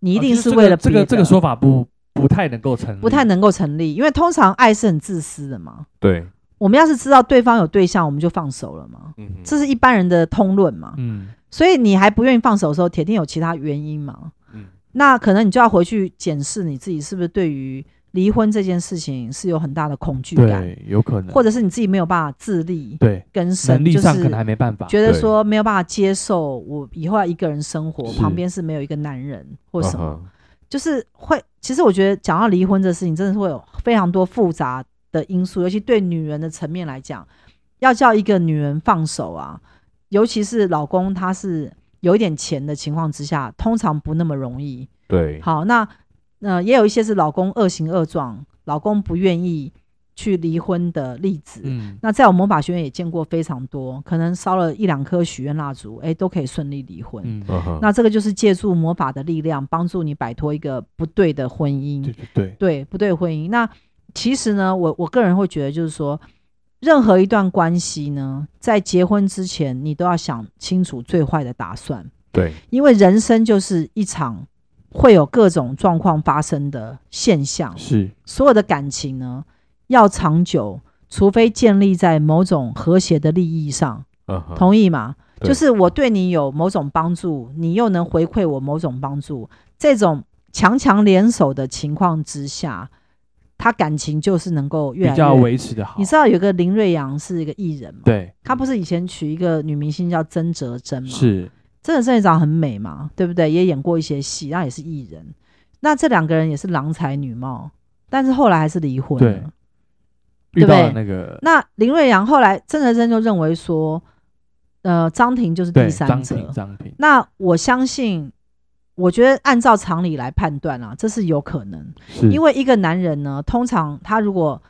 Speaker 1: 你一
Speaker 2: 啊
Speaker 1: 定
Speaker 2: 就是这
Speaker 1: 为
Speaker 2: 个
Speaker 1: 了
Speaker 2: 这个
Speaker 1: 别
Speaker 2: 这
Speaker 1: 的
Speaker 2: 个说法嗯不不太能够成立，
Speaker 1: 不太能够成立，因为通常爱是很自私的嘛。
Speaker 3: 对，
Speaker 1: 我们要是知道对方有对象，我们就放手了嘛，
Speaker 3: 嗯哼，
Speaker 1: 这是一般人的通论嘛。
Speaker 2: 嗯，
Speaker 1: 所以你还不愿意放手的时候，铁定有其他原因嘛。
Speaker 3: 嗯
Speaker 1: 那可能你就要回去检视你自己是不是对于离婚这件事情是有很大的恐惧感，
Speaker 2: 对，有可能，
Speaker 1: 或者是你自己没有办法自力
Speaker 2: 对
Speaker 1: 更生，
Speaker 2: 能力上可
Speaker 1: 就
Speaker 2: 能还
Speaker 1: 是
Speaker 2: 没办法，
Speaker 1: 觉得
Speaker 3: 对
Speaker 1: 说没有办法接受我以后要一个人生活，
Speaker 2: 是
Speaker 1: 旁边是没有一个男人或
Speaker 3: 啊
Speaker 1: 什么，
Speaker 3: 哈
Speaker 1: 就是会。其实我觉得讲到离婚这事情，真的是会有非常多复杂的因素，尤其对女人的层面来讲，要叫一个女人放手啊，尤其是老公他是有一点钱的情况之下，通常不那么容易。
Speaker 3: 对，
Speaker 1: 好，那呃，也有一些是老公恶行恶状，老公不愿意去离婚的例子。
Speaker 2: 嗯，
Speaker 1: 那在我魔法学院也见过非常多，可能烧了一两颗许愿蜡烛，哎，都可以顺利离婚。
Speaker 2: 嗯
Speaker 3: 嗯哼，
Speaker 1: 那这个就是借助魔法的力量，帮助你摆脱一个不对的婚姻，
Speaker 2: 对对对，
Speaker 1: 对不对的婚姻。那其实呢，我我个人会觉得，就是说，任何一段关系呢，在结婚之前，你都要想清楚最坏的打算。
Speaker 3: 对，
Speaker 1: 因为人生就是一场会有各种状况发生的现象，
Speaker 2: 是，
Speaker 1: 所有的感情呢，要长久，除非建立在某种和谐的利益上，
Speaker 3: 嗯哼，
Speaker 1: 同意吗？
Speaker 3: 对
Speaker 1: 就是我对你有某种帮助，你又能回馈我某种帮助，这种强强联手的情况之下，他感情就是能够越
Speaker 2: 比
Speaker 1: 来
Speaker 2: 较
Speaker 1: 越。
Speaker 2: 维持的好，
Speaker 1: 你知道有个林瑞阳是一个艺人嘛？
Speaker 2: 对，
Speaker 1: 他不是以前娶一个女明星叫曾哲珍吗？
Speaker 2: 是，
Speaker 1: 真的郑业长很美嘛，对不对？也演过一些戏，那也是艺人。那这两个人也是郎才女貌，但是后来还是离婚
Speaker 2: 对
Speaker 1: 了。
Speaker 2: 遇
Speaker 1: 不
Speaker 2: 到了
Speaker 1: 对
Speaker 2: 那个
Speaker 1: 那林瑞阳后来郑德珍就认为说，呃，张庭就是第
Speaker 2: 对
Speaker 1: 三
Speaker 2: 张
Speaker 1: 者
Speaker 2: 平。张平，
Speaker 1: 那我相信，我觉得按照常理来判断啊，这是有可能，
Speaker 2: 是
Speaker 1: 因为一个男人呢，通常他如果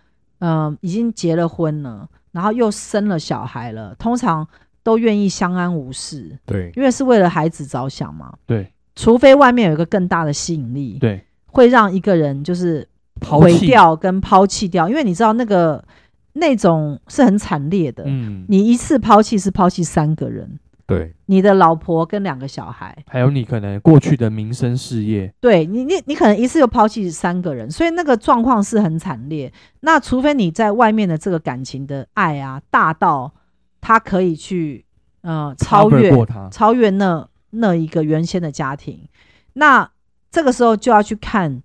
Speaker 1: 呃已经结了婚了，然后又生了小孩了，通常都愿意相安无事。
Speaker 3: 对，
Speaker 1: 因为是为了孩子着想嘛。
Speaker 2: 对，
Speaker 1: 除非外面有一个更大的吸引力，
Speaker 2: 对
Speaker 1: 会让一个人就是
Speaker 2: 抛
Speaker 1: 毁
Speaker 2: 弃，
Speaker 1: 掉跟抛弃掉，因为你知道那个那种是很惨烈的。
Speaker 2: 嗯，
Speaker 1: 你一次抛弃是抛弃三个人，
Speaker 3: 对，
Speaker 1: 你的老婆跟两个小孩，
Speaker 2: 还有你可能过去的民生事业，
Speaker 1: 对你，你你可能一次就抛弃三个人，所以那个状况是很惨烈。那除非你在外面的这个感情的爱啊，大到他可以去呃超
Speaker 2: cover
Speaker 1: 越
Speaker 2: 过他，
Speaker 1: 超越那那一个原先的家庭。那这个时候就要去看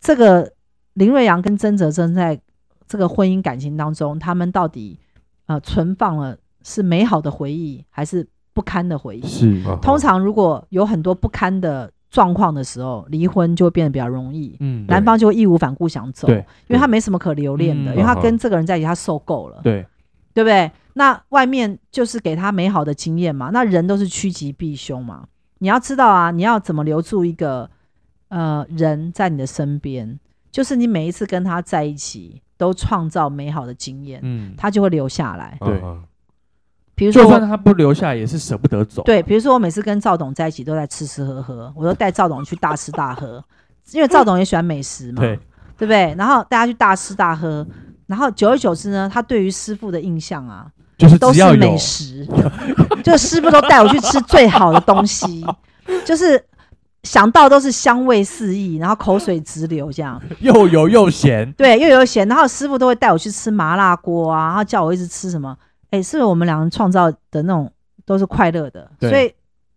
Speaker 1: 这个林瑞阳跟曾哲正在这个婚姻感情当中，他们到底呃存放了是美好的回忆，还是不堪的回忆？
Speaker 2: 是，
Speaker 3: 嗯哼
Speaker 1: 通常如果有很多不堪的状况的时候，离婚就会变得比较容易，
Speaker 2: 嗯，
Speaker 1: 男方就会义无反顾想走，
Speaker 2: 对
Speaker 1: 因为他没什么可留恋的，
Speaker 2: 嗯
Speaker 1: 因为他
Speaker 3: 嗯
Speaker 1: 跟这个人在一起，他受够了。
Speaker 2: 对
Speaker 1: 对不对？那外面就是给他美好的经验嘛，那人都是趋吉避凶嘛。你要知道啊，你要怎么留住一个呃人在你的身边，就是你每一次跟他在一起都创造美好的经验，
Speaker 2: 嗯，
Speaker 1: 他就会留下来。
Speaker 2: 对
Speaker 3: 嗯哼
Speaker 1: 比如
Speaker 2: 就
Speaker 1: 说
Speaker 2: 算
Speaker 1: 我，
Speaker 2: 他不留下，也是舍不得走，
Speaker 1: 对，比如说我每次跟赵董在一起都在吃吃喝喝，我都带赵董去大吃大喝，因为赵董也喜欢美食嘛，
Speaker 3: 嗯
Speaker 2: 对，
Speaker 1: 对不对？然后大家去大吃大喝，然后久而久之呢，他对于师傅的印象啊，
Speaker 2: 就是
Speaker 1: 都
Speaker 2: 只要
Speaker 1: 是
Speaker 2: 有
Speaker 1: 美食， 就师傅都带我去吃最好的东西， 就是想到都是香味四溢，然后口水直流这样。
Speaker 2: 又油又咸，
Speaker 1: 对，又有咸，然后师傅都会带我去吃麻辣锅啊，然后叫我一直吃什么？哎，是不是我们两人创造的那种都是快乐的，
Speaker 2: 对
Speaker 1: 所以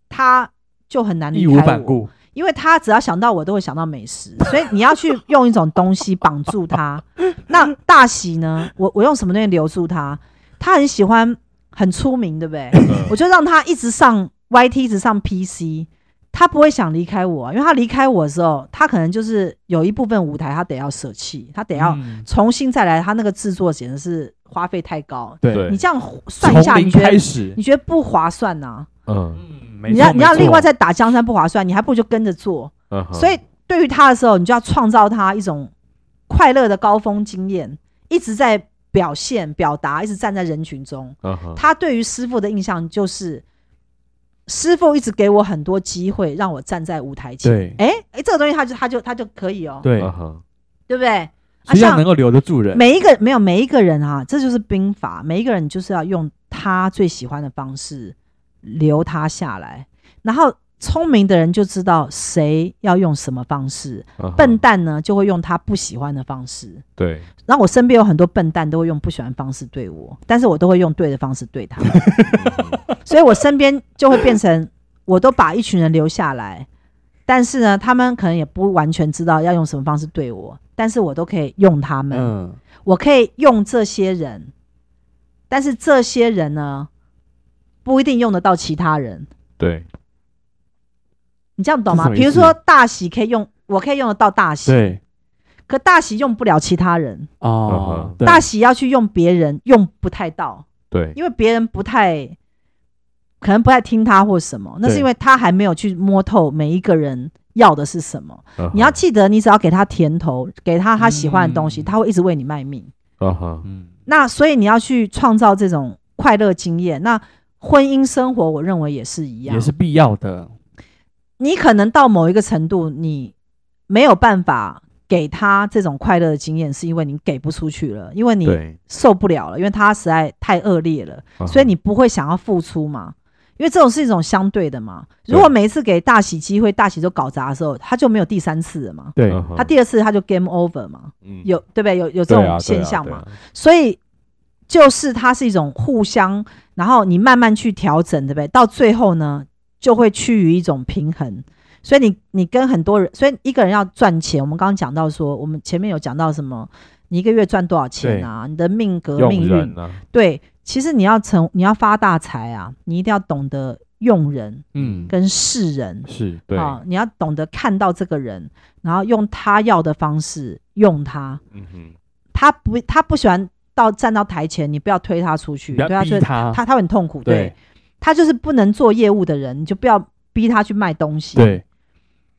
Speaker 1: 他就很难离
Speaker 2: 义
Speaker 1: 开
Speaker 2: 无
Speaker 1: 我，
Speaker 2: 反顾。
Speaker 1: 因为他只要想到我，都会想到美食， 所以你要去用一种东西绑住他。那大喜呢？我我用什么东西留住他？他很喜欢很出名，对不对？
Speaker 2: 嗯
Speaker 1: 我就让他一直上 YT，一直上 PC，他不会想离开我啊，因为他离开我的时候，他可能就是有一部分舞台他得要舍弃，他得要
Speaker 2: 嗯
Speaker 1: 重新再来，他那个制作简直是花费太高。
Speaker 2: 对，
Speaker 3: 对
Speaker 1: 你这样算一下，
Speaker 2: 从
Speaker 1: 你
Speaker 2: 零
Speaker 1: 觉
Speaker 2: 开
Speaker 1: 得
Speaker 2: 始
Speaker 1: 你，觉得不划算呐、
Speaker 3: 嗯
Speaker 2: 嗯，没
Speaker 1: 你要
Speaker 2: 错
Speaker 1: 你要
Speaker 2: 没
Speaker 1: 另
Speaker 2: 错
Speaker 1: 外再打江山不划算，你还不如就跟着做。
Speaker 3: 嗯哼，
Speaker 1: 所以对于他的时候，你就要创造他一种快乐的高峰经验，一直在表现、表达，一直站在人群中。
Speaker 3: 嗯哼
Speaker 1: 他对于师傅的印象就是，师傅一直给我很多机会，让我站在舞台前。
Speaker 2: 对
Speaker 1: 哎哎，这个东西他就他就他就可以哦，
Speaker 2: 对
Speaker 3: 嗯，哼
Speaker 1: 对不对？啊，
Speaker 2: 实际上
Speaker 1: 像
Speaker 2: 能够留得住人，
Speaker 1: 每一个没有每一个人啊，这就是兵法，每一个人就是要用他最喜欢的方式留他下来，然后聪明的人就知道谁要用什么方式。
Speaker 3: 嗯哼
Speaker 1: 笨蛋呢就会用他不喜欢的方式。
Speaker 3: 对，
Speaker 1: 然后我身边有很多笨蛋都会用不喜欢的方式对我，但是我都会用对的方式对 他，所以我身边就会变成我都把一群人留下来，但是呢，他们可能也不完全知道要用什么方式对我，但是我都可以用他们，
Speaker 2: 嗯，
Speaker 1: 我可以用这些人，但是这些人呢不一定用得到其他人，
Speaker 3: 对，
Speaker 1: 你这样懂
Speaker 2: 这
Speaker 1: 吗？
Speaker 2: 什么意
Speaker 1: 比如
Speaker 2: 思
Speaker 1: 说大喜可以用，我可以用得到大喜，
Speaker 2: 对
Speaker 1: 可大喜用不了其他人。
Speaker 2: 哦
Speaker 3: 嗯，
Speaker 2: 对
Speaker 1: 大喜要去用别人，用不太到，
Speaker 3: 对，
Speaker 1: 因为别人不太可能不太听他或什么，那是
Speaker 2: 对
Speaker 1: 因为他还没有去摸透每一个人要的是什么。
Speaker 3: 嗯哼
Speaker 1: 你要，记得，你只要给他甜头，给他他喜欢的东西，
Speaker 2: 嗯
Speaker 1: 他会一直为你卖命。
Speaker 3: 嗯哼，
Speaker 2: 嗯，
Speaker 1: 那所以你要去创造这种快乐经验。那婚姻生活，我认为也是一样，
Speaker 2: 也是必要的，
Speaker 1: 你可能到某一个程度，你没有办法给他这种快乐的经验，是因为你给不出去了，因为你
Speaker 3: 对，
Speaker 1: 受不了了，因为他实在太恶劣了，
Speaker 3: 嗯哼
Speaker 1: 所以你不会想要付出嘛？因为这种是一种相对的嘛。
Speaker 3: 对
Speaker 1: 如果每一次给大喜机会，大喜都搞砸的时候，他就没有第三次了嘛，
Speaker 2: 对，
Speaker 3: 嗯哼
Speaker 1: 他第二次他就 game over 嘛，
Speaker 3: 嗯
Speaker 1: 有对不对？有有这
Speaker 3: 对啊
Speaker 1: 种现象
Speaker 3: 对啊
Speaker 1: 嘛？所以就是它是一种互相，然后你慢慢去调整，对不对？到最后呢，就会趋于一种平衡。所以你你跟很多人，所以一个人要赚钱，我们刚刚讲到说，我们前面有讲到什么，你一个月赚多少钱啊？你的命
Speaker 3: 对啊
Speaker 1: 格命
Speaker 3: 用
Speaker 1: 运
Speaker 3: 人，啊，
Speaker 1: 对，其实你要成你要发大财啊，你一定要懂得用人
Speaker 2: 嗯，
Speaker 1: 跟事人
Speaker 2: 是
Speaker 3: 对，
Speaker 1: 啊，你要懂得看到这个人，然后用他要的方式用他，
Speaker 3: 嗯哼，
Speaker 1: 他不他不喜欢到站到台前，你不要推他出去，
Speaker 2: 不
Speaker 1: 对
Speaker 2: 要
Speaker 1: 他
Speaker 2: 逼
Speaker 1: 就
Speaker 2: 他，
Speaker 1: 他他会很痛苦。
Speaker 2: 对
Speaker 1: 他就是不能做业务的人，你就不要逼他去卖东西。，
Speaker 2: 对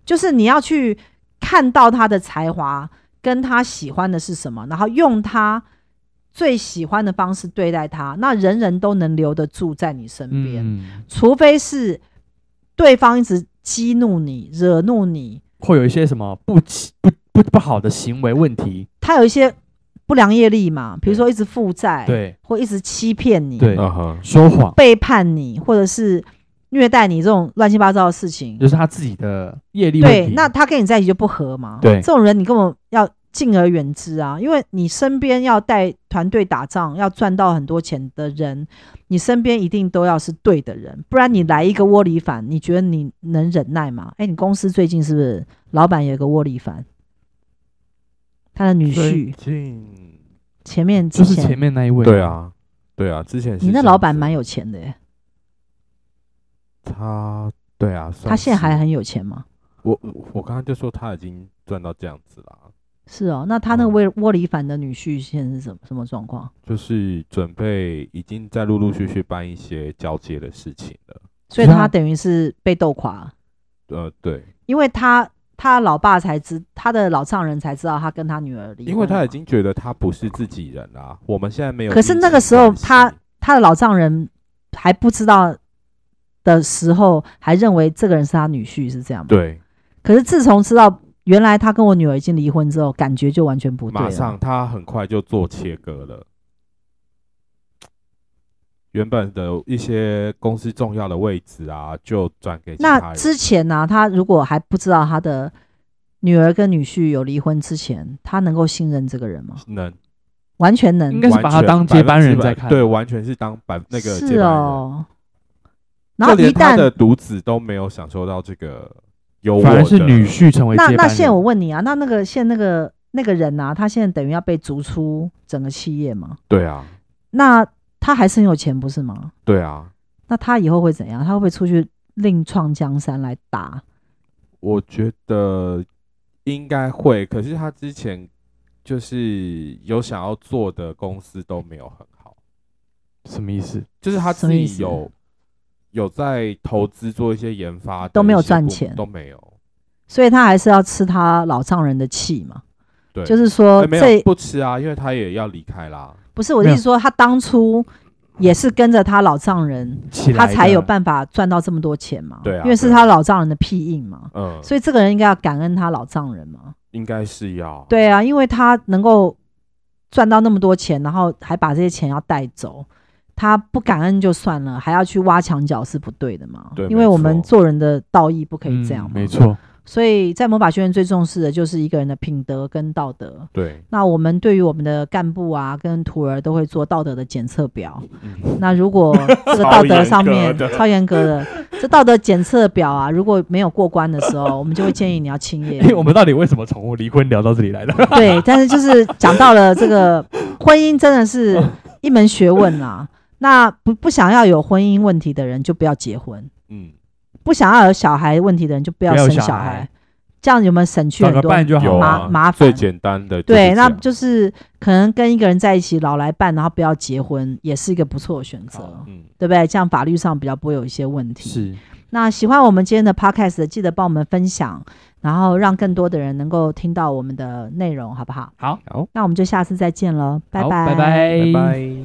Speaker 1: 就是你要去看到他的才华，跟他喜欢的是什么，然后用他最喜欢的方式对待他，那人人都能留得住在你身边，
Speaker 2: 嗯，
Speaker 1: 除非是对方一直激怒你、惹怒你，
Speaker 2: 会有一些什么不起不不不好的行为问题，
Speaker 1: 他有一些不良业力嘛，比如说一直负债，，
Speaker 2: 对
Speaker 1: 或一直欺骗你，
Speaker 2: 对，
Speaker 3: 嗯哼，
Speaker 2: 说谎
Speaker 1: 背叛你，或者是虐待你这种乱七八糟的事情，
Speaker 2: 就是他自己的业力问
Speaker 1: 对，
Speaker 2: 题，
Speaker 1: 那他跟你在一起就不合嘛。
Speaker 2: 对
Speaker 1: 这种人你根本要敬而远之啊，因为你身边要带团队打仗，要赚到很多钱的人，你身边一定都要是对的人，不然你来一个窝里反，你觉得你能忍耐吗？哎，你公司最近是不是老板有一个窝里反？他的女婿
Speaker 3: 近，
Speaker 1: 前面之
Speaker 2: 就是
Speaker 1: 前，
Speaker 2: 前面那一位，
Speaker 3: 对，啊，对啊，之前
Speaker 1: 你
Speaker 3: 是
Speaker 1: 那
Speaker 3: 这样
Speaker 1: 老板
Speaker 3: 子
Speaker 1: 蛮有钱的耶，
Speaker 3: 他，对啊，
Speaker 1: 他
Speaker 3: 算
Speaker 1: 现在还
Speaker 3: 是
Speaker 1: 很有钱吗？
Speaker 3: 我我我刚刚就说他已经赚到这样子啦，
Speaker 1: 是哦，那他那个
Speaker 3: 嗯
Speaker 1: 窝窝里反的女婿现在是什么什么状况？
Speaker 3: 就是准备已经在陆陆续续办一些交接的事情了。
Speaker 1: 所以
Speaker 2: 是啊
Speaker 1: 他等于是被斗垮，
Speaker 3: 呃，对，
Speaker 1: 因为他他老爸才知他的老丈人才知道他跟他女儿离婚了嘛，
Speaker 3: 因为他已经觉得他不是自己人啦。我们现在没有
Speaker 1: 可
Speaker 3: 利
Speaker 1: 是
Speaker 3: 益
Speaker 1: 那个时候
Speaker 3: 关系
Speaker 1: 他他的老丈人还不知道的时候，还认为这个人是他女婿，是这样吗？。
Speaker 3: 对，
Speaker 1: 可是自从知道原来他跟我女儿已经离婚之后，感觉就完全不对了。
Speaker 3: 马上他很快就做切割了。原本的一些公司重要的位置啊，就转给其他
Speaker 1: 那
Speaker 3: 人。
Speaker 1: 之前呢、他如果还不知道他的女儿跟女婿有离婚之前，他能够信任这个人吗？
Speaker 3: 能
Speaker 1: 完全能，
Speaker 2: 应该是把他当接班人在看。
Speaker 3: 对，，完全是当百那个接班
Speaker 1: 是
Speaker 3: 人，
Speaker 1: 哦。然
Speaker 3: 就
Speaker 1: 后一
Speaker 3: 连他
Speaker 1: 旦
Speaker 3: 的独子都没有享受到这个有我
Speaker 2: 反而是
Speaker 3: 的
Speaker 2: 女婿成为接
Speaker 1: 那
Speaker 2: 班人。
Speaker 1: 那现在我问你啊，那那个现在那个那个人啊，他现在等于要被逐出整个企业嘛？
Speaker 3: 对啊，
Speaker 1: 那他还是很有钱不是吗？
Speaker 3: 对啊，
Speaker 1: 那他以后会怎样？他会不会出去另创江山来打？
Speaker 3: 我觉得应该会，可是他之前就是有想要做的公司都没有很好，
Speaker 2: 什么意思？
Speaker 3: 就是他
Speaker 1: 什
Speaker 3: 自
Speaker 1: 么意
Speaker 3: 己
Speaker 1: 思
Speaker 3: 有有在投资做一些研发的一些部，
Speaker 1: 都没有赚钱
Speaker 3: 都没有，
Speaker 1: 所以他还是要吃他老丈人的气嘛？
Speaker 3: 对，
Speaker 1: 就是说
Speaker 3: 哎没
Speaker 1: 这
Speaker 3: 有不吃啊，因为他也要离开啦。
Speaker 1: 不是我
Speaker 2: 没
Speaker 1: 的
Speaker 2: 有
Speaker 1: 意思说，他当初也是跟着他老丈人，
Speaker 2: 起来
Speaker 1: 他
Speaker 2: 的
Speaker 1: 才有办法赚到这么多钱嘛。
Speaker 3: 对啊
Speaker 1: 因为是
Speaker 3: 对啊
Speaker 1: 他老丈人的屁印嘛，
Speaker 3: 嗯，
Speaker 1: 所以这个人应该要感恩他老丈人嘛。
Speaker 3: 应该是要
Speaker 1: 对啊，因为他能够赚到那么多钱，然后还把这些钱要带走，他不感恩就算了，还要去挖墙脚是不对的嘛。
Speaker 3: 对
Speaker 1: 因为我们
Speaker 3: 没错
Speaker 1: 做人的道义不可以这样
Speaker 2: 嗯
Speaker 1: 嘛。
Speaker 2: 没。错，
Speaker 1: 所以在魔法学院最重视的就是一个人的品德跟道德。
Speaker 3: 对，
Speaker 1: 那我们对于我们的干部啊，跟徒儿都会做道德的检测表。
Speaker 3: 嗯
Speaker 1: 那如果这个道德上面
Speaker 3: 超严格的
Speaker 1: 超严格的，这道德检测表啊，如果没有过关的时候，我们就会建议你要清业
Speaker 2: 因。哎为我们到底为什么宠物离婚聊到这里来 了？
Speaker 1: 对，但是就是讲到了这 个婚姻真的是一门学问啦。那不不想要有婚姻问题的人就不要结婚，
Speaker 3: 嗯，
Speaker 1: 不想要有小孩问题的人就不要
Speaker 2: 不要
Speaker 1: 生
Speaker 2: 小
Speaker 1: 小
Speaker 2: 孩
Speaker 1: 孩，这样有没有省去
Speaker 2: 找
Speaker 1: 很
Speaker 2: 个
Speaker 1: 多
Speaker 2: 伴就
Speaker 3: 有
Speaker 2: 好
Speaker 1: 麻
Speaker 3: 啊，
Speaker 1: 麻烦？
Speaker 3: 最简单的就是
Speaker 1: 对，
Speaker 3: 这
Speaker 1: 那
Speaker 3: 样
Speaker 1: 就是可能跟一个人在一起老来伴，然后不要结婚，也是一个不错的选择
Speaker 2: 好，
Speaker 3: 嗯，
Speaker 1: 对不对？这样法律上比较不会有一些问题。
Speaker 2: 是，
Speaker 1: 那喜欢我们今天的 podcast，的记得帮我们分享，然后让更多的人能够听到我们的内容，好不好？
Speaker 2: 好，
Speaker 3: 好，
Speaker 1: 那我们就下次再见喽，拜嗯
Speaker 2: 好
Speaker 1: 拜，
Speaker 2: 拜拜
Speaker 3: 拜拜。